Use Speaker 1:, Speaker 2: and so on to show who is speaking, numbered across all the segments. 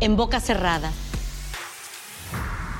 Speaker 1: En boca cerrada.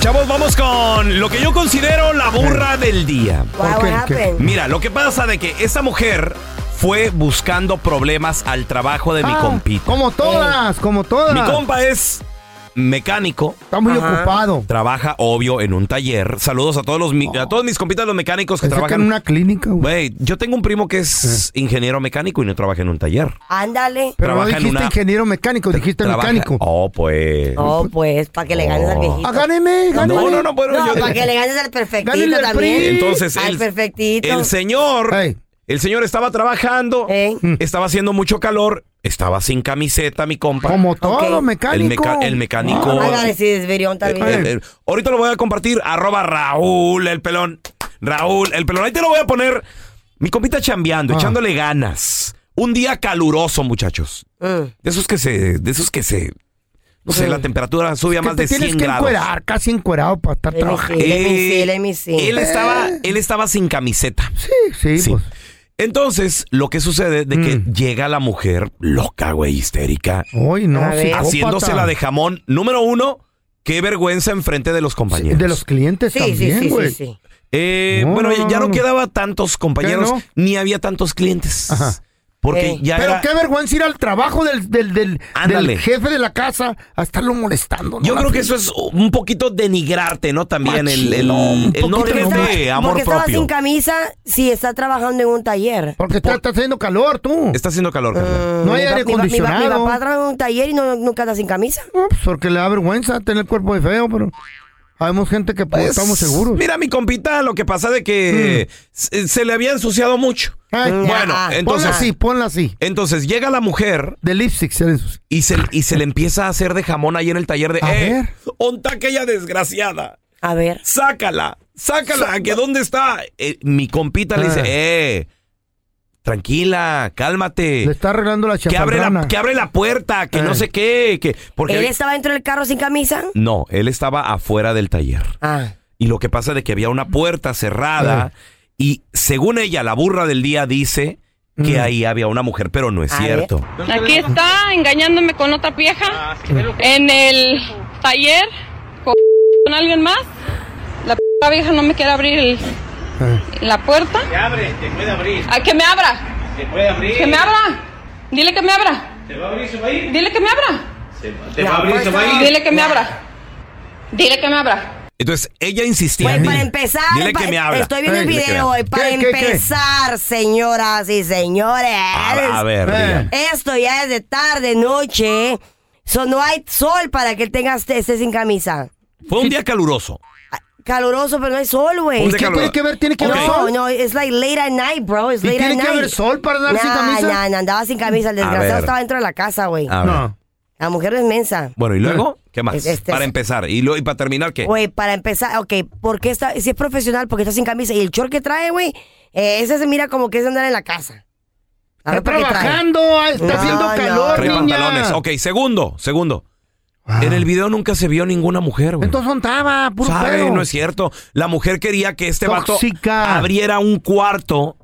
Speaker 2: Chavos, vamos con lo que yo considero la burra del día.
Speaker 3: Wow, what happened?
Speaker 2: Mira, lo que pasa de que esta mujer fue buscando problemas al trabajo de mi
Speaker 4: Ah,
Speaker 2: compita.
Speaker 4: Como todas, como todas.
Speaker 2: Mi compa es mecánico,
Speaker 4: Está muy
Speaker 3: Ajá.
Speaker 4: ocupado.
Speaker 2: trabaja obvio en un taller. Saludos a todos los mi- a todos mis compitas los mecánicos que
Speaker 4: Pensé que
Speaker 2: trabajan
Speaker 4: en una clínica, güey.
Speaker 2: Güey, yo tengo un primo que es ingeniero mecánico y no trabaja en un taller.
Speaker 3: Ándale.
Speaker 4: Pero no
Speaker 2: trabaja en
Speaker 4: dijiste
Speaker 2: una-
Speaker 4: ingeniero mecánico, dijiste
Speaker 2: Trabaja-
Speaker 4: mecánico.
Speaker 2: Oh, pues.
Speaker 3: Oh, pues, para que le ganes al viejito.
Speaker 4: Ah, gáneme, gáneme.
Speaker 2: No, no, no, bueno,
Speaker 3: No,
Speaker 2: yo-
Speaker 3: para que le ganes al perfectito
Speaker 4: Gánenle al
Speaker 3: también.
Speaker 4: PRI.
Speaker 2: Entonces,
Speaker 3: al
Speaker 2: el-
Speaker 3: perfectito.
Speaker 2: El señor,
Speaker 4: Ey.
Speaker 2: el señor estaba trabajando,
Speaker 3: Ey.
Speaker 4: Hmm.
Speaker 2: estaba haciendo mucho calor, estaba sin camiseta, mi compa.
Speaker 4: Como todo
Speaker 3: Ok.
Speaker 4: mecánico.
Speaker 2: El, meca- el mecánico.
Speaker 5: Ah,
Speaker 3: Agradecido, Virión, también.
Speaker 2: Eh, eh, ahorita lo voy a compartir. Arroba Raúl, el pelón. Raúl, el pelón. Ahí te lo voy a poner. Mi compita chambeando,
Speaker 4: Ah.
Speaker 2: echándole ganas. Un día caluroso, muchachos.
Speaker 4: Eh.
Speaker 3: Mm.
Speaker 2: De esos que se. De esos que se. No sé,
Speaker 3: Sí.
Speaker 2: la temperatura sube a
Speaker 4: que
Speaker 2: más
Speaker 4: te
Speaker 2: de
Speaker 4: tienes
Speaker 2: 100
Speaker 4: que
Speaker 2: grados.
Speaker 4: encuerar, casi encuerado para estar
Speaker 3: Ey,
Speaker 4: trabajando.
Speaker 3: sí, let me
Speaker 2: Eh,
Speaker 3: see, let me see.
Speaker 2: Él estaba, él estaba sin camiseta.
Speaker 4: Eh. Sí,
Speaker 2: Sí.
Speaker 4: pues.
Speaker 2: Entonces, lo que sucede de que
Speaker 4: Mm.
Speaker 2: llega la mujer loca, güey, histérica,
Speaker 4: Hoy no,
Speaker 3: A ver.
Speaker 4: psicópata.
Speaker 2: haciéndose la de jamón. Número uno, qué vergüenza enfrente de los compañeros.
Speaker 4: De los clientes
Speaker 3: Sí, sí,
Speaker 4: también,
Speaker 3: sí,
Speaker 4: güey.
Speaker 3: sí, sí.
Speaker 2: Eh,
Speaker 4: No,
Speaker 2: bueno,
Speaker 4: no, no,
Speaker 2: ya no,
Speaker 4: no.
Speaker 2: quedaba tantos compañeros,
Speaker 4: ¿Qué no?
Speaker 2: ni había tantos clientes.
Speaker 4: Ajá.
Speaker 2: Porque
Speaker 3: Ey.
Speaker 2: ya
Speaker 4: Pero
Speaker 2: era-
Speaker 4: qué vergüenza ir al trabajo del, del, del,
Speaker 2: Ándale.
Speaker 4: del jefe de la casa a estarlo molestando. ¿no?
Speaker 2: Yo
Speaker 4: La
Speaker 2: creo que
Speaker 4: fregada.
Speaker 2: eso es un poquito denigrarte, ¿no? También el, el,
Speaker 4: Machín,
Speaker 2: el
Speaker 4: un
Speaker 2: no
Speaker 4: poquito
Speaker 2: tener
Speaker 4: nomás.
Speaker 2: de amor
Speaker 3: Porque estaba
Speaker 2: propio.
Speaker 3: sin camisa si está trabajando en un taller.
Speaker 4: Porque está, está haciendo calor, tú.
Speaker 2: Está haciendo calor, Carla.
Speaker 4: No
Speaker 3: Ah,
Speaker 4: hay
Speaker 3: Mi pa- mi pa- mi pa-
Speaker 4: aire
Speaker 3: Mi,
Speaker 4: acondicionado.
Speaker 3: papá trabaja en un taller y no, nunca anda sin camisa.
Speaker 4: No, pues porque le da vergüenza tener el cuerpo de feo, pero sabemos gente que pues,
Speaker 2: Pues,
Speaker 4: estamos seguros. Mm.
Speaker 2: Mira, mi compita, lo que pasa de que se, se le había ensuciado mucho.
Speaker 4: Ay,
Speaker 2: Bueno,
Speaker 3: Ajá.
Speaker 4: ponla
Speaker 2: entonces,
Speaker 4: así, ponla así.
Speaker 2: entonces llega la mujer
Speaker 4: De lipstick, se les-
Speaker 2: y se, y se le empieza a hacer de jamón ahí en el taller de...
Speaker 4: A
Speaker 2: "Eh,
Speaker 4: ver.
Speaker 2: onta aquella desgraciada!
Speaker 3: A ver.
Speaker 2: sácala, sácala, que dónde está. Eh, mi compita le dice,
Speaker 4: Ah.
Speaker 2: eh, tranquila,
Speaker 4: le
Speaker 2: cálmate.
Speaker 4: está arreglando la
Speaker 2: Que abre la,
Speaker 4: chaparrana.
Speaker 2: que abre la puerta, que
Speaker 4: Ah.
Speaker 2: no sé qué, que porque
Speaker 3: ¿Él estaba dentro del carro sin camisa?
Speaker 2: no, él estaba afuera del taller.
Speaker 3: Ah.
Speaker 2: Y lo que pasa de que había una puerta cerrada
Speaker 4: Eh.
Speaker 2: y según ella la burra del día dice que
Speaker 4: Mm.
Speaker 2: ahí había una mujer, pero no es
Speaker 3: A
Speaker 2: cierto.
Speaker 6: Aquí está engañándome con otra
Speaker 7: Ah,
Speaker 6: vieja en el taller con, con alguien más. La p La vieja no me quiere abrir el- la puerta.
Speaker 7: Te abre, te puede abrir.
Speaker 6: ¡Ay, que me abra!
Speaker 7: Te puede abrir.
Speaker 6: ¡Que me abra! Dile que me abra.
Speaker 7: Te va a abrir, se va a ir.
Speaker 6: Dile que me abra.
Speaker 7: Se va- Te va a abrir, se va a ir.
Speaker 6: pues, Dile que me abra. Dile que me abra.
Speaker 2: Entonces, ella insistía.
Speaker 6: Pues,
Speaker 5: Güey, para
Speaker 2: Dile-
Speaker 5: empezar,
Speaker 2: Dile
Speaker 5: pa-
Speaker 2: que me habla.
Speaker 5: estoy viendo el
Speaker 2: Dile que me
Speaker 5: video
Speaker 2: habla.
Speaker 5: hoy. Para
Speaker 4: ¿Qué, qué, qué?
Speaker 5: empezar, señoras y señores.
Speaker 2: A, a ver, diga.
Speaker 4: Eh.
Speaker 5: Esto ya es de tarde, noche. So, no hay sol para que él tenga esté sin camisa.
Speaker 2: Fue un día caluroso.
Speaker 5: Caluroso, pero no hay sol, güey.
Speaker 2: Un
Speaker 4: ¿Qué
Speaker 2: Déjalo.
Speaker 4: tiene que ver? ¿Tiene que ver
Speaker 5: No,
Speaker 4: sol?
Speaker 5: no, es like late at night, bro. It's
Speaker 4: ¿Y
Speaker 5: late
Speaker 4: tiene
Speaker 5: at
Speaker 4: que
Speaker 5: night.
Speaker 4: haber sol para andar sin
Speaker 5: Nah,
Speaker 4: camisa?
Speaker 5: nah, nah, andaba sin camisa. El
Speaker 2: ver.
Speaker 5: desgraciado estaba dentro de la casa, güey.
Speaker 2: A ver.
Speaker 4: No. Eh.
Speaker 5: La mujer es mensa.
Speaker 2: Bueno, ¿y luego? ¿Qué más?
Speaker 5: Es- este-
Speaker 2: para empezar. ¿Y, luego- y para terminar qué?
Speaker 5: Güey, para empezar, ok, ¿por qué está, si es profesional, porque está sin camisa? Y el short que trae, güey, eh, ese se mira como que es andar en la casa. A
Speaker 4: Está
Speaker 5: ver, ¿por qué trae?
Speaker 4: trabajando, ah, está
Speaker 5: No,
Speaker 4: haciendo
Speaker 5: no.
Speaker 4: calor,
Speaker 2: Trae
Speaker 4: niña.
Speaker 2: pantalones. Ok, segundo, segundo. En el video nunca se vio ninguna mujer, güey.
Speaker 4: Entonces ontaba, puro
Speaker 2: Sabe,
Speaker 4: pedo.
Speaker 2: no es cierto. La mujer quería que este vato
Speaker 4: Tóxica.
Speaker 2: abriera un cuarto,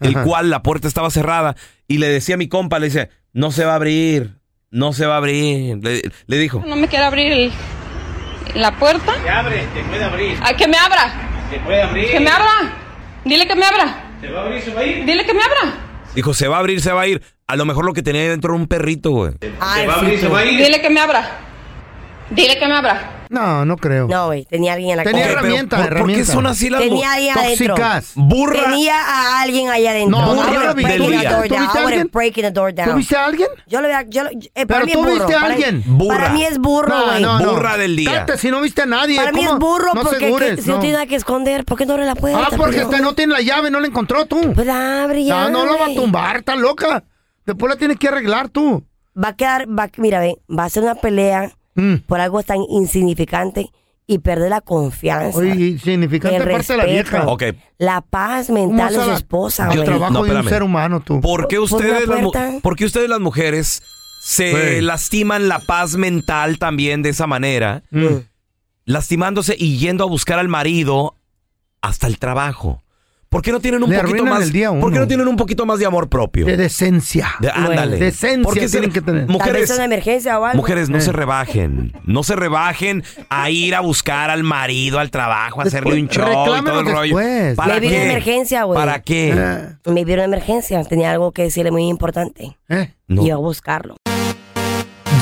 Speaker 2: el
Speaker 4: Ajá.
Speaker 2: cual la puerta estaba cerrada, y le decía a mi compa, le dice, no se va a abrir, no se va a abrir. Le, le dijo.
Speaker 6: No me quiere abrir el- la puerta.
Speaker 7: Te abre, te puede abrir.
Speaker 6: ¡Ay, que me abra!
Speaker 7: Te puede abrir.
Speaker 6: ¡Que me abra! Dile que me abra.
Speaker 7: Te va a abrir, se va a ir.
Speaker 6: Dile que me abra.
Speaker 2: Dijo, se va a abrir, se va a ir. A lo mejor lo que tenía ahí dentro era un perrito, güey.
Speaker 5: Ay,
Speaker 7: Te va a
Speaker 5: sí,
Speaker 7: abrir, se
Speaker 5: tú.
Speaker 7: va a ir.
Speaker 6: Dile que me abra. Dile que me abra.
Speaker 4: No, no creo.
Speaker 5: No, güey, tenía alguien en la
Speaker 4: Tenía
Speaker 2: Ok,
Speaker 5: casa.
Speaker 2: pero
Speaker 4: herramienta,
Speaker 2: ¿por, por qué
Speaker 4: herramienta.
Speaker 2: son así las
Speaker 5: Tenía
Speaker 2: mu-
Speaker 5: alguien adentro.
Speaker 4: Tóxicas.
Speaker 2: burra?
Speaker 5: Tenía a alguien allá adentro.
Speaker 4: No,
Speaker 5: I
Speaker 4: no, yo
Speaker 5: would've
Speaker 4: lo vi.
Speaker 5: breaking
Speaker 2: ¿Tú
Speaker 5: the
Speaker 2: viste-
Speaker 5: door
Speaker 4: tú
Speaker 5: down. I
Speaker 4: viste a
Speaker 5: would've
Speaker 4: alguien?
Speaker 5: breaking the door down.
Speaker 4: ¿Tú viste a alguien?
Speaker 5: Yo lo veo, yo lo, eh, para
Speaker 4: Pero
Speaker 5: mí es
Speaker 4: tú
Speaker 5: burro.
Speaker 4: viste a
Speaker 5: para mí-
Speaker 4: alguien.
Speaker 2: Burra.
Speaker 5: Para mí es burro, güey.
Speaker 2: Burra del día.
Speaker 4: Cállate, si no viste a nadie.
Speaker 5: Para mí
Speaker 4: ¿cómo?
Speaker 5: es burro
Speaker 4: no
Speaker 5: porque
Speaker 4: asegures,
Speaker 5: que- si no.
Speaker 4: no.
Speaker 5: tiene nada que esconder, ¿por qué no abre la puerta?
Speaker 4: Ah, porque
Speaker 5: pendejo?
Speaker 4: usted no tiene la llave, no la encontró tú. Ah,
Speaker 5: Pues la abre ya.
Speaker 4: No, no la va a
Speaker 5: güey.
Speaker 4: tumbar, está loca. Después la tienes que arreglar tú.
Speaker 5: Va a quedar, va, mira, ve, va a ser una pelea
Speaker 4: Mm.
Speaker 5: por algo tan insignificante y perder la confianza.
Speaker 4: Oye, y significante
Speaker 5: el
Speaker 4: parte de la
Speaker 5: respeto,
Speaker 4: vieja.
Speaker 2: Ok.
Speaker 5: La paz mental de
Speaker 4: Hermosa
Speaker 5: su
Speaker 4: la-
Speaker 5: esposa,
Speaker 4: Yo
Speaker 5: güey.
Speaker 4: trabajo de
Speaker 2: No,
Speaker 4: un
Speaker 2: espérame.
Speaker 4: ser humano, tú.
Speaker 2: ¿Por qué
Speaker 5: Por- por
Speaker 2: ustedes,
Speaker 5: una
Speaker 2: las, mu-
Speaker 5: puerta.
Speaker 2: por qué ustedes las mujeres se
Speaker 4: Sí.
Speaker 2: lastiman la paz mental también de esa manera? Lastimándose y yendo a buscar al marido hasta el trabajo. ¿Por qué no tienen un
Speaker 4: Le
Speaker 2: poquito
Speaker 4: arruinan
Speaker 2: más?
Speaker 4: el día a
Speaker 2: ¿Por qué
Speaker 4: uno.
Speaker 2: no tienen un poquito más de amor propio?
Speaker 4: De decencia.
Speaker 2: De- ándale.
Speaker 4: Decencia
Speaker 2: ¿Por qué se-
Speaker 4: tienen que tener.
Speaker 5: Tal
Speaker 2: Mu- mujeres-
Speaker 5: vez es una emergencia o algo.
Speaker 2: Mujeres, no
Speaker 4: Eh.
Speaker 2: se rebajen. No se rebajen a ir a buscar al marido, al trabajo, a
Speaker 4: Después-
Speaker 2: hacerle un show y todo el
Speaker 4: reclámenos
Speaker 2: rollo.
Speaker 4: después.
Speaker 5: Me vino emergencia, güey.
Speaker 2: ¿Para qué?
Speaker 4: Eh,
Speaker 5: Me vieron emergencia, tenía algo que decirle muy importante.
Speaker 4: eh.
Speaker 2: No.
Speaker 5: Y iba a buscarlo.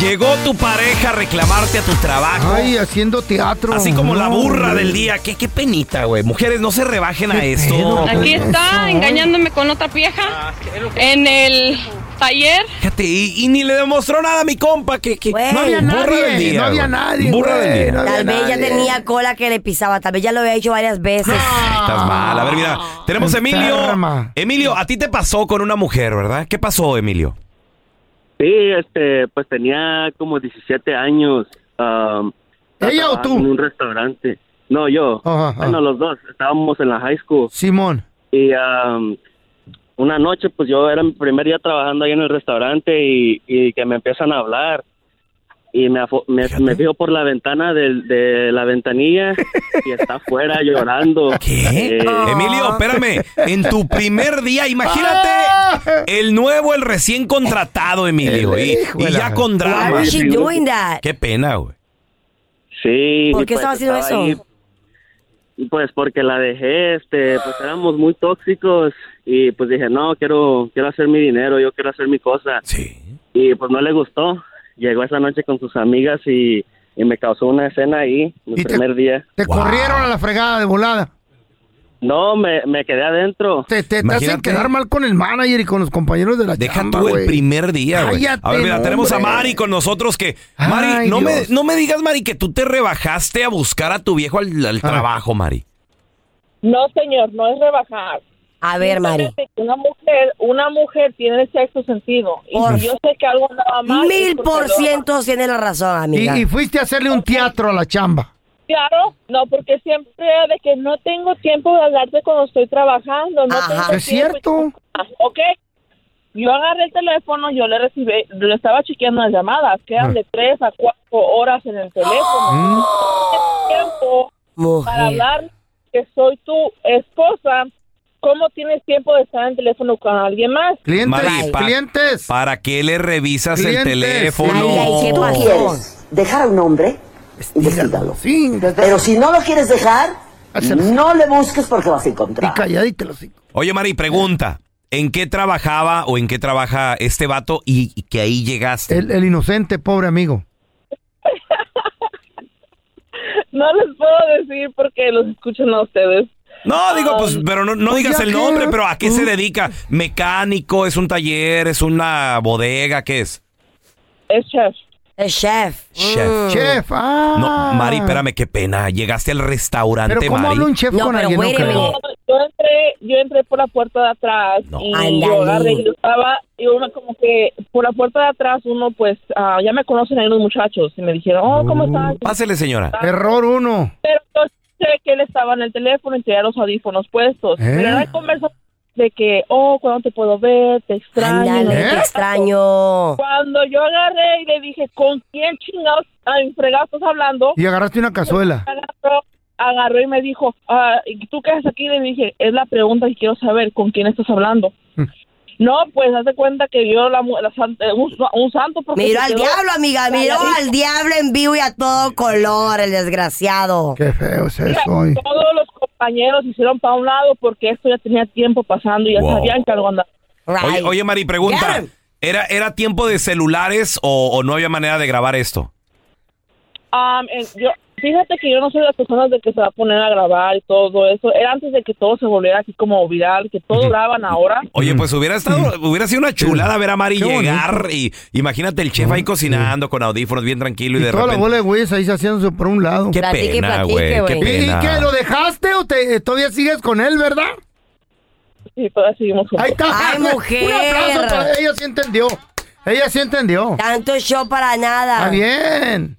Speaker 2: Llegó tu pareja a reclamarte a tu trabajo.
Speaker 4: Ay, haciendo teatro.
Speaker 2: Así como la
Speaker 4: No,
Speaker 2: burra
Speaker 4: hombre.
Speaker 2: del día. Qué, qué penita, güey. Mujeres, no se rebajen a
Speaker 4: Qué
Speaker 2: esto.
Speaker 4: pedo. pues.
Speaker 6: Aquí
Speaker 2: pues,
Speaker 6: está
Speaker 4: Ay.
Speaker 6: engañándome con otra vieja en el taller.
Speaker 2: Fíjate, y, y ni le demostró nada a mi compa que, que
Speaker 5: Güey.
Speaker 2: no había
Speaker 4: No había nadie,
Speaker 2: nadie.
Speaker 4: no había
Speaker 2: güey.
Speaker 4: nadie,
Speaker 2: Burra
Speaker 4: güey,
Speaker 2: del día.
Speaker 4: no había-
Speaker 5: Tal vez ya
Speaker 4: nadie.
Speaker 5: tenía cola que le pisaba, tal vez ya lo había hecho varias veces.
Speaker 4: Ah.
Speaker 5: Ah.
Speaker 2: Estás mal. A ver, mira. Tenemos a Emilio.
Speaker 4: Enferma.
Speaker 2: Emilio, a ti te pasó con una mujer, ¿verdad? ¿Qué pasó, Emilio?
Speaker 8: Sí, este, pues tenía como 17 años. am,
Speaker 4: ¿Ella o
Speaker 8: trabajaba En
Speaker 4: tú?
Speaker 8: un restaurante. No, yo.
Speaker 4: Ajá, ajá.
Speaker 8: Bueno, los dos. Estábamos en la high school.
Speaker 4: Simón.
Speaker 8: Y am, una noche, pues yo era mi primer día trabajando ahí en el restaurante y, y que me empiezan a hablar. Y me, afo- me,
Speaker 2: Fíjate.
Speaker 8: me fijo por la ventana del, de la ventanilla y está afuera llorando.
Speaker 2: ¿Qué?
Speaker 8: Eh,
Speaker 2: Emilio, espérame. En tu primer día, imagínate
Speaker 4: ¡Ah!
Speaker 2: el nuevo, el recién contratado, Emilio. Y, y ya con
Speaker 5: Why
Speaker 2: drama.
Speaker 5: was she doing that?
Speaker 2: Qué pena, güey.
Speaker 8: Sí. pues
Speaker 5: ¿Por
Speaker 8: y
Speaker 5: qué estaba haciendo eso?
Speaker 8: ahí, pues porque la dejé, este, pues éramos muy tóxicos y pues dije, no, quiero, quiero hacer mi dinero, yo quiero hacer mi cosa.
Speaker 2: Sí.
Speaker 8: Y pues no le gustó. Llegó esa noche con sus amigas y, y me causó una escena ahí, mi
Speaker 4: ¿Y te-
Speaker 8: primer día.
Speaker 4: Te
Speaker 2: Wow.
Speaker 4: corrieron a la fregada de volada.
Speaker 8: No, me, me quedé adentro.
Speaker 4: Te, te, te hacen
Speaker 2: Imagínate.
Speaker 4: quedar mal con el manager y con los compañeros de la
Speaker 2: Deja
Speaker 4: chamba,
Speaker 2: tú el
Speaker 4: güey.
Speaker 2: primer día, güey.
Speaker 4: Cállate,
Speaker 2: A ver, mira,
Speaker 4: no,
Speaker 2: tenemos a
Speaker 4: hombre.
Speaker 2: Mari con nosotros que... Mari,
Speaker 4: Ay,
Speaker 2: no, me,
Speaker 4: Dios.
Speaker 2: no me digas, Mari, que tú te rebajaste a buscar a tu viejo al, al
Speaker 4: Ah.
Speaker 2: trabajo, Mari.
Speaker 9: No, señor, no es rebajar.
Speaker 5: A ver, Mari.
Speaker 9: Simplemente que Una mujer, una mujer tiene el sexto sentido. Y
Speaker 5: Por-
Speaker 9: si yo sé que algo andaba mal. es
Speaker 5: Mil
Speaker 9: porque
Speaker 5: por
Speaker 9: lo-
Speaker 5: ciento tiene la razón,
Speaker 4: Y,
Speaker 5: amiga.
Speaker 4: y fuiste a hacerle un teatro a la chamba.
Speaker 9: Claro, no, porque siempre era de que no tengo tiempo de hablarte cuando estoy trabajando. No
Speaker 5: Ajá.
Speaker 9: tengo
Speaker 4: Es
Speaker 9: tiempo.
Speaker 4: cierto.
Speaker 9: Ah, Ok. Yo agarré el teléfono, yo le recibí, le estaba chequeando las llamadas.
Speaker 4: Ah.
Speaker 9: Quedan de tres a cuatro horas en el teléfono. No tengo tiempo para
Speaker 5: Mujer.
Speaker 9: hablar que soy tu esposa. ¿Cómo tienes tiempo de estar en el teléfono con alguien más?
Speaker 4: Clientes,
Speaker 2: Mari, pa-
Speaker 4: clientes.
Speaker 2: ¿Para qué le revisas
Speaker 4: Clientes.
Speaker 2: el teléfono?
Speaker 5: Ay, ay, ¿qué pasó?
Speaker 9: Dejar a un hombre,
Speaker 4: Sí.
Speaker 9: pero si no lo quieres dejar,
Speaker 10: No le busques porque vas a encontrar.
Speaker 4: Y calladita los
Speaker 2: Oye, Mari, pregunta. ¿En qué trabajaba o en qué trabaja este vato y, y que ahí llegaste?
Speaker 4: El, el inocente, pobre amigo.
Speaker 9: No les puedo decir porque los escuchan a ustedes.
Speaker 2: No, digo,
Speaker 9: Ah,
Speaker 2: pues, pero no, no digas
Speaker 9: ya
Speaker 2: el
Speaker 9: que-
Speaker 2: nombre, pero ¿a qué se
Speaker 9: Mm.
Speaker 2: dedica? ¿Mecánico? ¿Es un taller? ¿Es una bodega? ¿Qué es?
Speaker 9: Es chef.
Speaker 5: Es chef.
Speaker 2: Chef.
Speaker 3: Mm.
Speaker 4: Chef, ah.
Speaker 2: No, Mari, espérame, qué pena. Llegaste al restaurante,
Speaker 4: Pero ¿cómo
Speaker 2: Mari.
Speaker 4: habla un chef con alguien? No creo.
Speaker 9: Yo entré, yo entré por la puerta de atrás y
Speaker 4: Ándale.
Speaker 9: yo agarré y yo estaba, y uno como que por la puerta de atrás, uno pues, ah, ya me conocen ahí los muchachos y me dijeron, oh, ¿cómo estás?
Speaker 2: Uh.
Speaker 9: Ah,
Speaker 2: Pásele, señora.
Speaker 4: Error uno.
Speaker 9: Pero yo sé que él estaba en el teléfono y tenía los audífonos puestos.
Speaker 4: ¿Eh?
Speaker 9: Pero era conversación de que, oh, ¿cuándo te puedo ver? Te extraño.
Speaker 5: Ándale,
Speaker 9: ¿Eh?
Speaker 5: te extraño.
Speaker 9: Cuando yo agarré y le dije, ¿con quién chingados ah, fregado estás hablando? Pues,
Speaker 4: Y agarraste una cazuela.
Speaker 9: Agarró, agarró y me dijo, ah, ¿y ¿tú qué haces aquí? Le dije, es la pregunta que quiero saber, ¿con quién estás hablando?
Speaker 4: Mm.
Speaker 9: No, pues haz de cuenta que yo la, mu- la san- eh, un, un santo porque
Speaker 5: Miró
Speaker 9: se
Speaker 5: al
Speaker 9: quedó
Speaker 5: diablo, amiga. Miró
Speaker 9: calladito.
Speaker 5: al diablo en vivo y a todo color, el desgraciado.
Speaker 4: Qué feo es
Speaker 9: Mira, Todos los compañeros se hicieron para un lado porque esto ya tenía tiempo pasando y ya
Speaker 2: Wow.
Speaker 9: sabían que algo andaba.
Speaker 2: Oye, oye, Mari, pregunta. ¿Era, ¿Era tiempo de celulares o, o no había manera de grabar esto?
Speaker 9: Am, eh, yo, fíjate que yo no soy de las personas de que se va a poner a grabar y todo eso. Era antes de que todo se volviera así como viral, que todo graban ahora.
Speaker 2: Oye, pues hubiera estado, hubiera sido una chulada ver a Mari llegar y imagínate el chef ahí cocinando con audífonos bien tranquilo y, de
Speaker 4: Toda la
Speaker 2: repente.
Speaker 4: bola de güeyes ahí se haciéndose por un lado.
Speaker 2: Qué Platique, pena, platique, güey, qué güey. pena.
Speaker 4: ¿Y qué? ¿Lo dejaste o te, todavía sigues con él, verdad?
Speaker 9: Sí, todavía seguimos juntos.
Speaker 4: Ahí está.
Speaker 5: Ay,
Speaker 4: Un
Speaker 5: mujer.
Speaker 4: aplauso para ella, sí entendió. Ella sí entendió.
Speaker 5: Tanto show para nada.
Speaker 4: Está bien.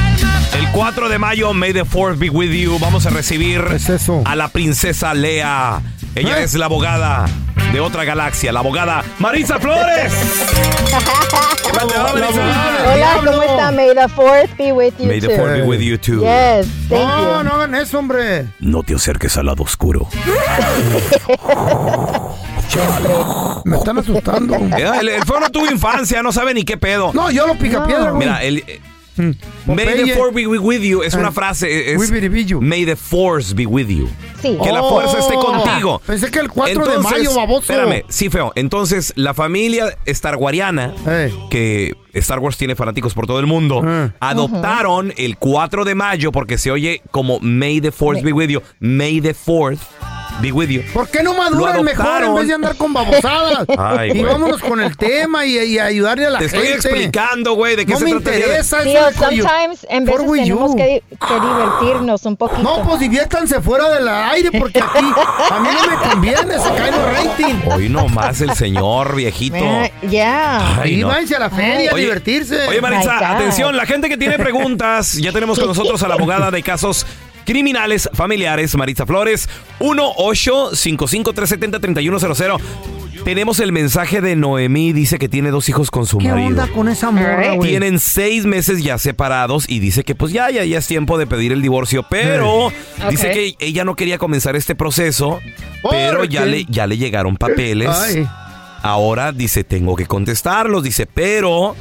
Speaker 2: el 4 de mayo, May the 4th be with you, vamos a recibir a la princesa Lea. Ella es la abogada de otra galaxia, la abogada Marisa Flores.
Speaker 11: Hola, ¿cómo está? May the fourth be with you.
Speaker 2: May the
Speaker 11: too.
Speaker 2: 4th be with you too.
Speaker 11: Yes, thank
Speaker 4: no,
Speaker 11: you.
Speaker 4: no hagan eso, hombre.
Speaker 2: No te acerques al lado oscuro.
Speaker 4: Me están asustando.
Speaker 2: Eh, El, el feo no tuvo infancia, no sabe ni qué pedo.
Speaker 4: No, yo lo pica piedra, güey. Hmm.
Speaker 2: Mira, el, eh, May the
Speaker 4: Popeye.
Speaker 2: force be with you es una
Speaker 4: Ah.
Speaker 2: frase. es- May the force be with you.
Speaker 11: Sí.
Speaker 2: Que la
Speaker 4: Oh. Ah,
Speaker 2: fuerza esté contigo.
Speaker 4: Pensé que el 4 de mayo, baboso.
Speaker 2: Espérame, sí, feo. Entonces, la familia starguariana,
Speaker 4: Eh.
Speaker 2: que Star Wars tiene fanáticos por todo el mundo, adoptaron el 4 de mayo porque se oye como May the Force be with you. May the Fourth Be with you.
Speaker 4: ¿Por qué no
Speaker 2: Lo
Speaker 4: maduran mejor en
Speaker 2: adoptaron.
Speaker 4: vez de andar con babosadas?
Speaker 2: Ay,
Speaker 4: y
Speaker 2: güey.
Speaker 4: vámonos con el tema y, y ayudarle a la
Speaker 2: Te
Speaker 4: gente.
Speaker 2: estoy explicando, güey, de qué
Speaker 4: No
Speaker 2: se
Speaker 4: me
Speaker 2: trata.
Speaker 4: interesa
Speaker 11: Tío,
Speaker 4: eso de coyu-
Speaker 11: sometimes en veces
Speaker 4: Por Wii
Speaker 11: tenemos
Speaker 4: U.
Speaker 11: que, di- que divertirnos un poquito.
Speaker 4: Ah. No, pues diviértanse fuera del aire porque aquí a mí no me conviene, se cae los rating.
Speaker 2: Hoy nomás el señor viejito.
Speaker 11: Ya. Yeah.
Speaker 2: Ay, no.
Speaker 4: Váyanse a la feria a
Speaker 2: Oye,
Speaker 4: divertirse.
Speaker 2: Oye, Maritza,
Speaker 11: My God.
Speaker 2: atención, la gente que tiene preguntas, ya tenemos con nosotros a la abogada de casos criminales familiares, Maritza Flores, 1 855 370 3100 Tenemos el mensaje de Noemí, dice que tiene dos hijos con su
Speaker 4: ¿Qué
Speaker 2: marido.
Speaker 4: onda con esa morra, güey?
Speaker 2: Tienen seis meses ya separados y dice que pues ya, ya, ya es tiempo de pedir el divorcio, pero
Speaker 4: Mm.
Speaker 2: dice
Speaker 4: Ok.
Speaker 2: que ella no quería comenzar este proceso, pero ya
Speaker 4: qué?
Speaker 2: le, ya le llegaron papeles.
Speaker 4: Ay.
Speaker 2: Ahora dice, tengo que contestarlos, dice, pero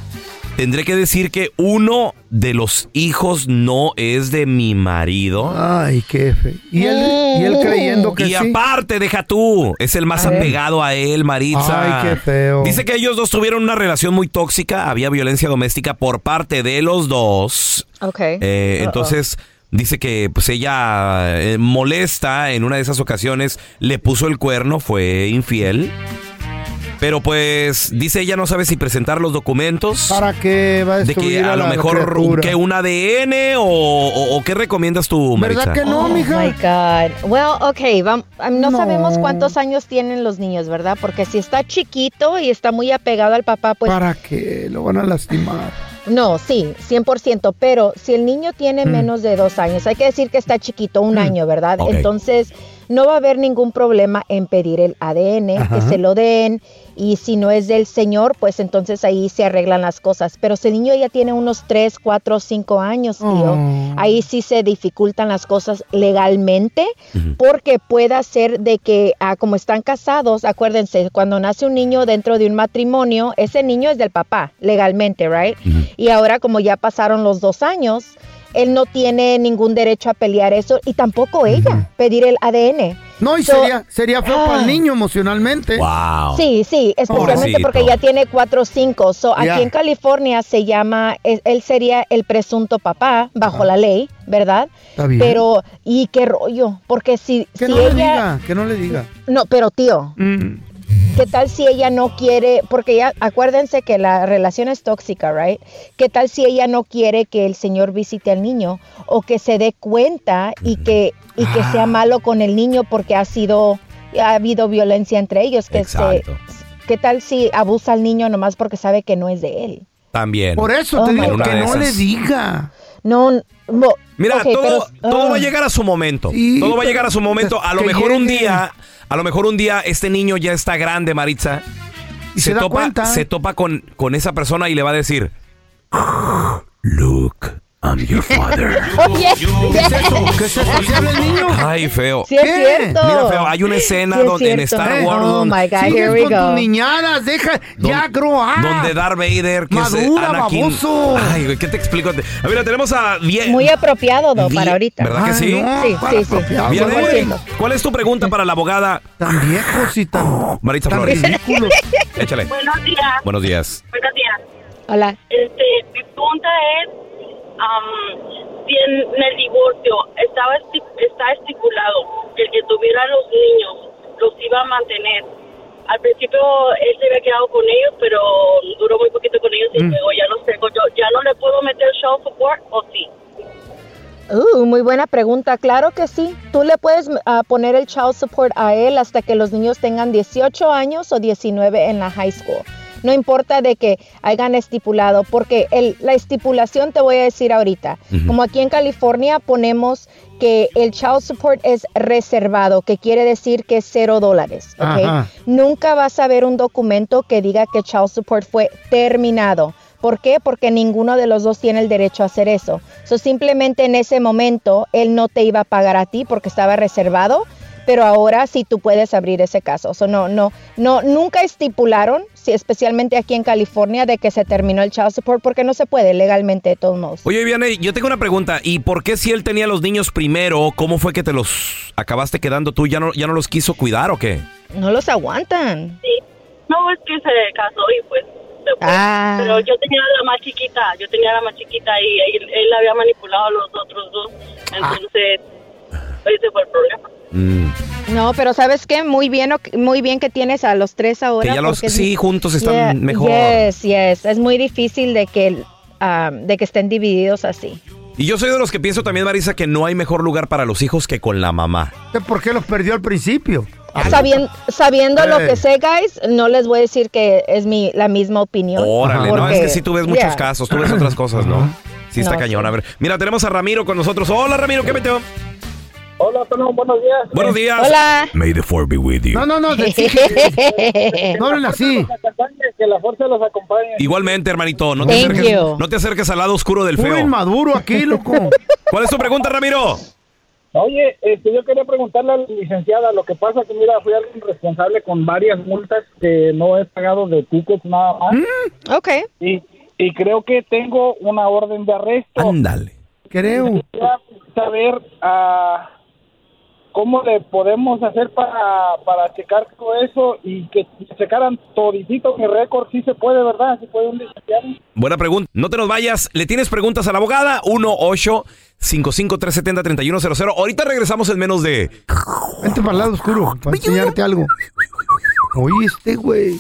Speaker 2: tendré que decir que uno de los hijos no es de mi marido.
Speaker 4: Ay, qué fe. Y él, y él
Speaker 11: Oh.
Speaker 4: creyendo que
Speaker 2: Y
Speaker 4: sí.
Speaker 2: aparte, deja tú, es el más
Speaker 4: A ver.
Speaker 2: apegado a él, Maritza.
Speaker 4: Ay, qué feo.
Speaker 2: Dice que ellos dos tuvieron una relación muy tóxica, había violencia doméstica por parte de los dos.
Speaker 11: Ok.
Speaker 2: Eh,
Speaker 11: Uh-oh.
Speaker 2: entonces dice que pues ella eh, molesta en una de esas ocasiones, le puso el cuerno, fue infiel. Pero pues dice ella no sabe si presentar los documentos
Speaker 4: ¿Para qué va a
Speaker 2: de
Speaker 4: destruir
Speaker 2: que
Speaker 4: la
Speaker 2: a, lo mejor
Speaker 4: criatura?
Speaker 2: que un ADN o, o- o qué recomiendas tú, Maritza.
Speaker 11: oh, my God. Well, ok, vam- am- no, sabemos cuántos años tienen los niños, ¿verdad? Porque si está chiquito y está muy apegado al papá, pues...
Speaker 4: ¿Para qué? Lo van a lastimar.
Speaker 11: No, sí, 100%, pero si el niño tiene
Speaker 4: Mm.
Speaker 11: menos de dos años, hay que decir que está chiquito, un año, ¿verdad?
Speaker 12: Mm. Ok.
Speaker 11: Entonces, no va a haber ningún problema en pedir el ADN,
Speaker 12: Ajá.
Speaker 11: que se lo den, y si no es del señor, pues entonces ahí se arreglan las cosas. Pero si el niño ya tiene unos 3, 4, 5 años, tío,
Speaker 12: Oh.
Speaker 11: ahí sí se dificultan las cosas legalmente, porque pueda ser de que, ah, como están casados, acuérdense, cuando nace un niño dentro de un matrimonio, ese niño es del papá, legalmente, ¿right? Y ahora como ya pasaron los dos años, él no tiene ningún derecho a pelear eso y tampoco ella, pedir el ADN.
Speaker 4: No, y
Speaker 11: So-
Speaker 4: sería, sería feo para
Speaker 11: Ah.
Speaker 4: el niño emocionalmente.
Speaker 2: Wow.
Speaker 11: Sí, sí, especialmente
Speaker 4: Pobrecito.
Speaker 11: porque ya tiene cuatro o cinco. So,
Speaker 4: Ya.
Speaker 11: Aquí en California se llama, es- él sería el presunto papá bajo la ley, ¿verdad?
Speaker 4: Está bien.
Speaker 11: Pero, ¿y qué rollo? Porque si,
Speaker 4: Que
Speaker 11: si
Speaker 4: no le
Speaker 11: ella...
Speaker 4: diga, que no le diga.
Speaker 11: No, pero tío,
Speaker 4: Mm.
Speaker 11: ¿Qué tal si ella no quiere? Porque ya, acuérdense que la relación es tóxica, ¿right? ¿Qué tal si ella no quiere que el señor visite al niño o que se dé cuenta y que, y que
Speaker 2: Ah.
Speaker 11: sea malo con el niño porque ha sido, ha habido violencia entre ellos? Que se-
Speaker 2: Exacto.
Speaker 11: ¿Qué tal si abusa al niño nomás porque sabe que no es de él?
Speaker 2: También.
Speaker 11: Por eso
Speaker 4: Oh
Speaker 11: te
Speaker 2: En
Speaker 11: digo
Speaker 2: una
Speaker 11: que
Speaker 2: de
Speaker 11: no le
Speaker 2: esas.
Speaker 4: Diga.
Speaker 11: No, no
Speaker 2: Mira,
Speaker 11: ok,
Speaker 2: todo,
Speaker 11: pero-
Speaker 2: todo va a
Speaker 11: ah.
Speaker 2: llegar a su momento.
Speaker 11: Sí,
Speaker 2: todo va a
Speaker 11: pero-
Speaker 2: llegar a su momento. A lo
Speaker 11: que
Speaker 2: mejor un
Speaker 11: llegue.
Speaker 2: día, a lo mejor un día este niño ya está grande, Maritza. Y
Speaker 4: se da
Speaker 2: topa,
Speaker 4: cuenta.
Speaker 2: se topa con, con esa persona y le va a decir. Look, I'm your father.
Speaker 11: Oye,
Speaker 4: ¿Qué se habla el niño?
Speaker 2: Ay, feo.
Speaker 4: Sí, es ¿Qué? cierto.
Speaker 2: Mira, feo, hay una escena
Speaker 4: Sí, es
Speaker 2: donde, en
Speaker 4: cierto.
Speaker 2: Star
Speaker 4: Eh,
Speaker 2: Wars
Speaker 4: oh
Speaker 2: donde,
Speaker 4: my God,
Speaker 2: sí,
Speaker 4: here we go. tus niñadas, deja, ya grow up.
Speaker 2: donde Darth Vader, que
Speaker 4: Madura,
Speaker 2: es eh, Anakin.
Speaker 4: baboso.
Speaker 2: Ay, güey, ¿qué te explico? Ah, Mira, tenemos a Die-
Speaker 11: Muy apropiado, ¿no? Para ahorita.
Speaker 2: ¿Verdad que sí?
Speaker 11: Sí, sí, sí.
Speaker 2: Bien,
Speaker 11: 100%.
Speaker 2: ¿Cuál es tu pregunta para la abogada?
Speaker 4: Tan viejos y tan,
Speaker 2: Maritza Flores. Échale.
Speaker 13: Buenos días.
Speaker 2: Buenos días.
Speaker 13: Buenos días.
Speaker 11: Hola.
Speaker 13: Este, mi pregunta es, am, si en el divorcio estaba esti- está estipulado que el que tuviera los niños los iba a mantener. Al principio él se había quedado con ellos, pero duró muy poquito con ellos y
Speaker 11: Mm.
Speaker 13: luego ya los tengo yo. ¿Ya no le puedo meter show support o sí?
Speaker 11: Uh, muy buena pregunta. Claro que sí. Tú le puedes ah, poner el child support a él hasta que los niños tengan 18 años o 19 en la high school. No importa de que hayan estipulado, porque el- la estipulación te voy a decir ahorita.
Speaker 12: Ujú.
Speaker 11: Como aquí en California ponemos que el child support es reservado, que quiere decir que es cero dólares. ¿ok?
Speaker 12: Ajá.
Speaker 11: Nunca vas a ver un documento que diga que child support fue terminado. ¿Por qué? Porque ninguno de los dos tiene el derecho a hacer eso. So, simplemente en ese momento él no te iba a pagar a ti porque estaba reservado, pero ahora sí tú puedes abrir ese caso. So, no, no, no, nunca estipularon, sí, especialmente aquí en California, de que se terminó el child support porque no se puede legalmente de todos modos.
Speaker 2: Oye, Vianey, yo tengo una pregunta. ¿Y por qué si él tenía los niños primero, cómo fue que te los acabaste quedando tú? ¿Ya no, ya no los quiso cuidar o qué?
Speaker 11: No los aguantan.
Speaker 13: No, es que se casó y pues se fue.
Speaker 11: Ah.
Speaker 13: Pero yo tenía la más chiquita, yo tenía la más chiquita y él, él había
Speaker 11: Ah.
Speaker 13: manipulado a los otros dos. Entonces, ese fue el problema.
Speaker 11: No, pero ¿sabes qué? Muy bien, o- muy bien que tienes a los tres ahora.
Speaker 2: Que ya los-
Speaker 11: porque es-
Speaker 2: sí, juntos están
Speaker 11: Yeah,
Speaker 2: mejor.
Speaker 11: Yes, yes. Es muy difícil de que, ah, de que estén divididos así.
Speaker 2: Y yo soy de los que pienso también, Marisa, que no hay mejor lugar para los hijos que con la mamá.
Speaker 4: ¿Por qué los perdió al principio?
Speaker 11: Sabien- sabiendo lo
Speaker 2: Hey.
Speaker 11: que sé, guys, no les voy a decir que es mi, la misma opinión.
Speaker 2: Órale, no, es
Speaker 11: porque-
Speaker 2: que sí tú ves muchos
Speaker 11: yeah.
Speaker 2: casos, tú ves otras cosas, ¿no? Sí está
Speaker 11: No,
Speaker 2: cañón. A ver, mira, tenemos a Ramiro con nosotros. Hola, Ramiro, ¿qué meteo?
Speaker 12: Hola, Tono, buenos días.
Speaker 2: Buenos días. May the four be with you.
Speaker 4: no, no.
Speaker 12: no hablen así. Que la fuerza los acompañe.
Speaker 2: Igualmente, hermanito, no te,
Speaker 12: Thank
Speaker 2: acerques,
Speaker 12: you.
Speaker 2: no te acerques al lado oscuro del
Speaker 4: Puro
Speaker 2: feo.
Speaker 4: inmaduro aquí, loco.
Speaker 2: ¿Cuál es tu pregunta, Ramiro?
Speaker 12: Oye, este, yo quería preguntarle a la licenciada, lo que pasa que mira, fui algo responsable con varias multas que no he pagado de tickets nada más.
Speaker 11: ok.
Speaker 12: Y, y creo que tengo una orden de arresto.
Speaker 2: Ándale.
Speaker 4: Creo.
Speaker 12: Quería saber ah, cómo le podemos hacer para, para checar todo eso y que checaran toditito mi récord, si se puede, ¿verdad? Si puede un licenciado.
Speaker 2: Buena pregunta. No te nos vayas. ¿Le tienes preguntas a la abogada? 1 8 370 3100 Ahorita regresamos en menos de...
Speaker 4: Vente para el lado oscuro para enseñarte algo. Oye, este güey.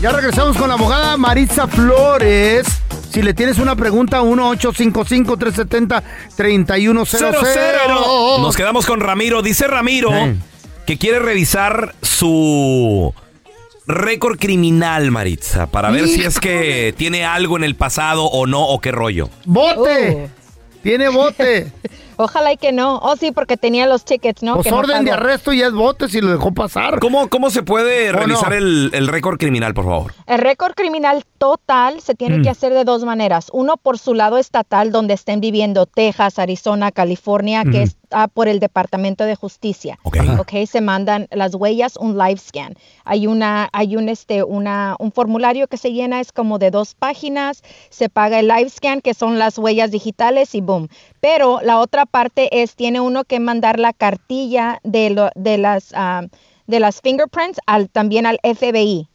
Speaker 4: Ya regresamos con la abogada Maritza Flores. Si le tienes una pregunta, 1-855-370-3100.
Speaker 2: Nos quedamos con Ramiro. Dice Ramiro que quiere revisar su récord criminal, Maritza, para ver si es que tiene algo en el pasado o no, o qué rollo.
Speaker 4: ¡Bote!
Speaker 11: Oh.
Speaker 4: Tiene bote.
Speaker 11: Ojalá y que no. Oh, sí, porque tenía los tickets, ¿no?
Speaker 4: Pues
Speaker 11: Que no
Speaker 4: orden de
Speaker 11: pagó.
Speaker 4: arresto y es bote si lo dejó pasar.
Speaker 2: ¿Cómo, cómo se puede
Speaker 4: no?
Speaker 2: revisar el, el récord criminal, por favor?
Speaker 11: El récord criminal total se tiene
Speaker 2: Mm.
Speaker 11: que hacer de dos maneras. Uno por su lado estatal, donde estén viviendo Texas, Arizona, California,
Speaker 14: Ujú.
Speaker 11: que está por el Departamento de Justicia.
Speaker 14: Ok.
Speaker 11: Ok, se mandan las huellas, un live scan. Hay una, hay un este, una, un formulario que se llena, es como de dos páginas, se paga el live scan, que son las huellas digitales y boom. Pero la otra parte es, tiene uno que mandar la cartilla de, lo- de las, ah, de las fingerprints al, también al FBI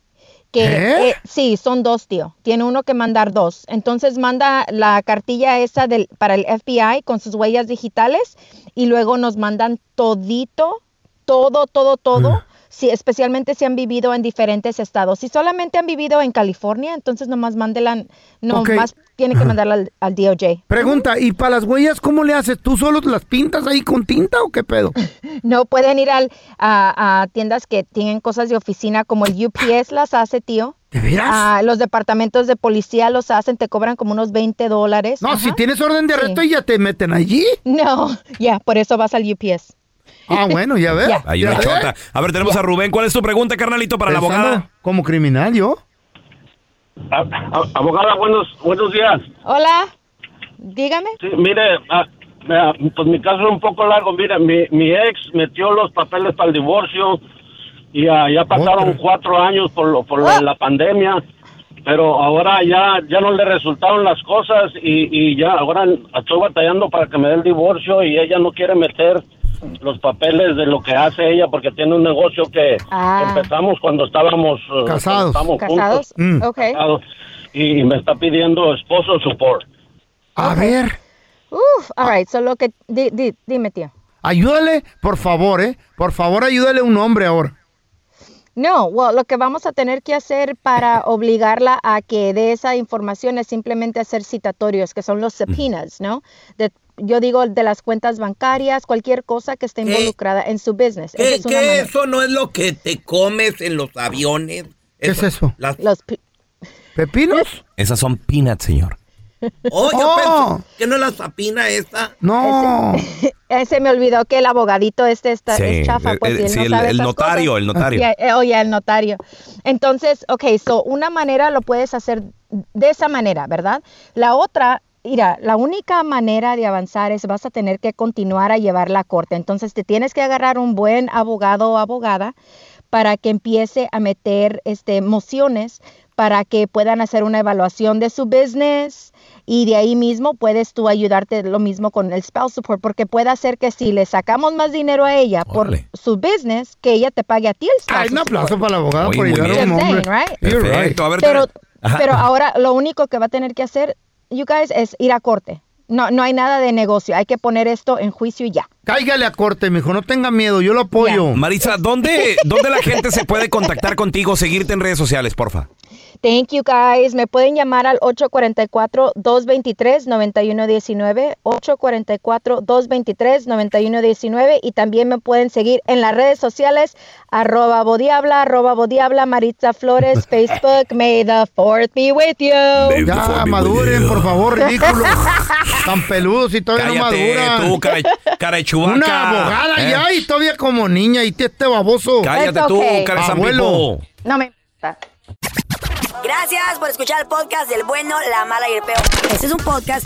Speaker 11: que
Speaker 14: ¿Eh?
Speaker 11: eh, sí, son dos, tío. Tiene uno que mandar dos. Entonces manda la cartilla esa del, para el FBI con sus huellas digitales y luego nos mandan todito, todo, todo, todo. Si, especialmente si han vivido en diferentes estados. Si solamente han vivido en California, entonces nomás mándela, no
Speaker 4: Ok.
Speaker 11: más tiene que mandarla al, al DOJ.
Speaker 4: Pregunta, ¿y para las huellas cómo le haces? ¿Tú solo las pintas ahí con tinta o qué pedo?
Speaker 11: No pueden ir al, a, a tiendas que tienen cosas de oficina como el UPS las hace, tío. Ah, los departamentos de policía los hacen, te cobran como unos 20 dólares.
Speaker 4: No, si tienes orden de arresto y ya te meten allí.
Speaker 11: No, ya, por eso vas al UPS.
Speaker 4: Ah, bueno, ya ves.
Speaker 11: Ya.
Speaker 2: Hay una chota. A ver, tenemos a Rubén. ¿Cuál es tu pregunta, carnalito, para la
Speaker 4: Pensando
Speaker 2: abogada?
Speaker 4: Como criminal, yo.
Speaker 12: A- a- abogada, buenos, buenos días.
Speaker 11: Hola, dígame.
Speaker 12: Sí, mire, ah, ah, pues mi caso es un poco largo. Mire, mi, mi ex metió los papeles para el divorcio y ah, ya pasaron cuatro años por, lo, por lo de la
Speaker 11: Oh.
Speaker 12: pandemia. Pero ahora ya, ya no le resultaron las cosas y, y ya ahora estoy batallando para que me dé el divorcio y ella no quiere meter los papeles de lo que hace ella porque tiene un negocio que
Speaker 11: Ah.
Speaker 12: empezamos cuando estábamos eh, cuando
Speaker 4: Casados. Mm.
Speaker 12: estábamos
Speaker 11: ¿Casados?
Speaker 12: juntos. Casados. Y me está pidiendo esposo support.
Speaker 4: A ver,
Speaker 11: Uf, all right, solo que, di- di- dime, tío.
Speaker 4: ayúdale, por favor, ¿eh? Por favor, ayúdale a un hombre ahora.
Speaker 11: No, well, lo que vamos a tener que hacer para obligarla a que dé esa información es simplemente hacer citatorios, que son los subpoenas, ¿no? De- yo digo de las cuentas bancarias, cualquier cosa que esté involucrada en su business. Esa
Speaker 15: ¿Qué,
Speaker 11: es una
Speaker 15: qué
Speaker 11: manera.
Speaker 15: eso no es lo que te comes en los aviones?
Speaker 4: ¿Qué es eso?
Speaker 11: Los pi-
Speaker 4: ¿Pepinos?
Speaker 2: Esas son peanuts, señor.
Speaker 15: Oh, yo
Speaker 4: Oh.
Speaker 15: pensé que no es la sapina esa.
Speaker 4: No.
Speaker 11: Eh, se me olvidó que el abogadito este está,
Speaker 2: Sí,
Speaker 11: es chafa, pues,
Speaker 2: eh,
Speaker 11: y él
Speaker 2: sí,
Speaker 11: no
Speaker 2: el-
Speaker 11: sabe
Speaker 2: el
Speaker 11: esas
Speaker 2: notario,
Speaker 11: cosas.
Speaker 2: el notario.
Speaker 11: Ya, eh, oye, el notario. Entonces, ok, so, una manera lo puedes hacer de esa manera, ¿verdad? La otra, mira, la única manera de avanzar es vas a tener que continuar a llevar la corte. Entonces, te tienes que agarrar un buen abogado o abogada para que empiece a meter este, mociones para que puedan hacer una evaluación de su business y de ahí mismo puedes tú ayudarte lo mismo con el spouse support porque puede hacer que si le sacamos más dinero a ella por su business que ella te pague a ti el spouse
Speaker 4: Hay un aplauso
Speaker 11: support.
Speaker 4: para la abogada
Speaker 2: Muy,
Speaker 4: por
Speaker 2: muy
Speaker 4: ayudar a
Speaker 2: bien.
Speaker 4: un hombre.
Speaker 11: Insane, right?
Speaker 4: You're right.
Speaker 2: Perfecto, a ver.
Speaker 11: Pero,
Speaker 2: Ajá.
Speaker 11: pero ahora lo único que va a tener que hacer, you guys, es ir a corte. No, no hay nada de negocio. Hay que poner esto en juicio y ya.
Speaker 4: Cáigale a corte, mijo, no tenga miedo, yo lo apoyo.
Speaker 2: Marisa, ¿dónde, ¿dónde la gente se puede contactar contigo, seguirte en redes sociales, porfa?
Speaker 11: Thank you guys. Me pueden llamar al 844-223-9119, 844-223-9119 y también me pueden seguir en las redes sociales arroba bodiabla, arroba bodiabla, Maritza Flores, Facebook. May the fourth be with you.
Speaker 4: Ya maduren, por favor, ridículos. Tan peludos y todavía
Speaker 2: Cállate,
Speaker 4: no maduran.
Speaker 2: tú, cara, cara de chubaca.
Speaker 4: Una abogada
Speaker 2: Eh,
Speaker 4: ya y todavía como niña y te- este baboso.
Speaker 2: Cállate tú,
Speaker 3: It's okay.
Speaker 2: cara de San
Speaker 4: Abuelo.
Speaker 2: Pipo.
Speaker 3: No me Gracias por escuchar el podcast del bueno, la mala y el peor. Este es un podcast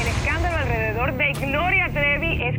Speaker 14: El escándalo alrededor de Gloria Trevi es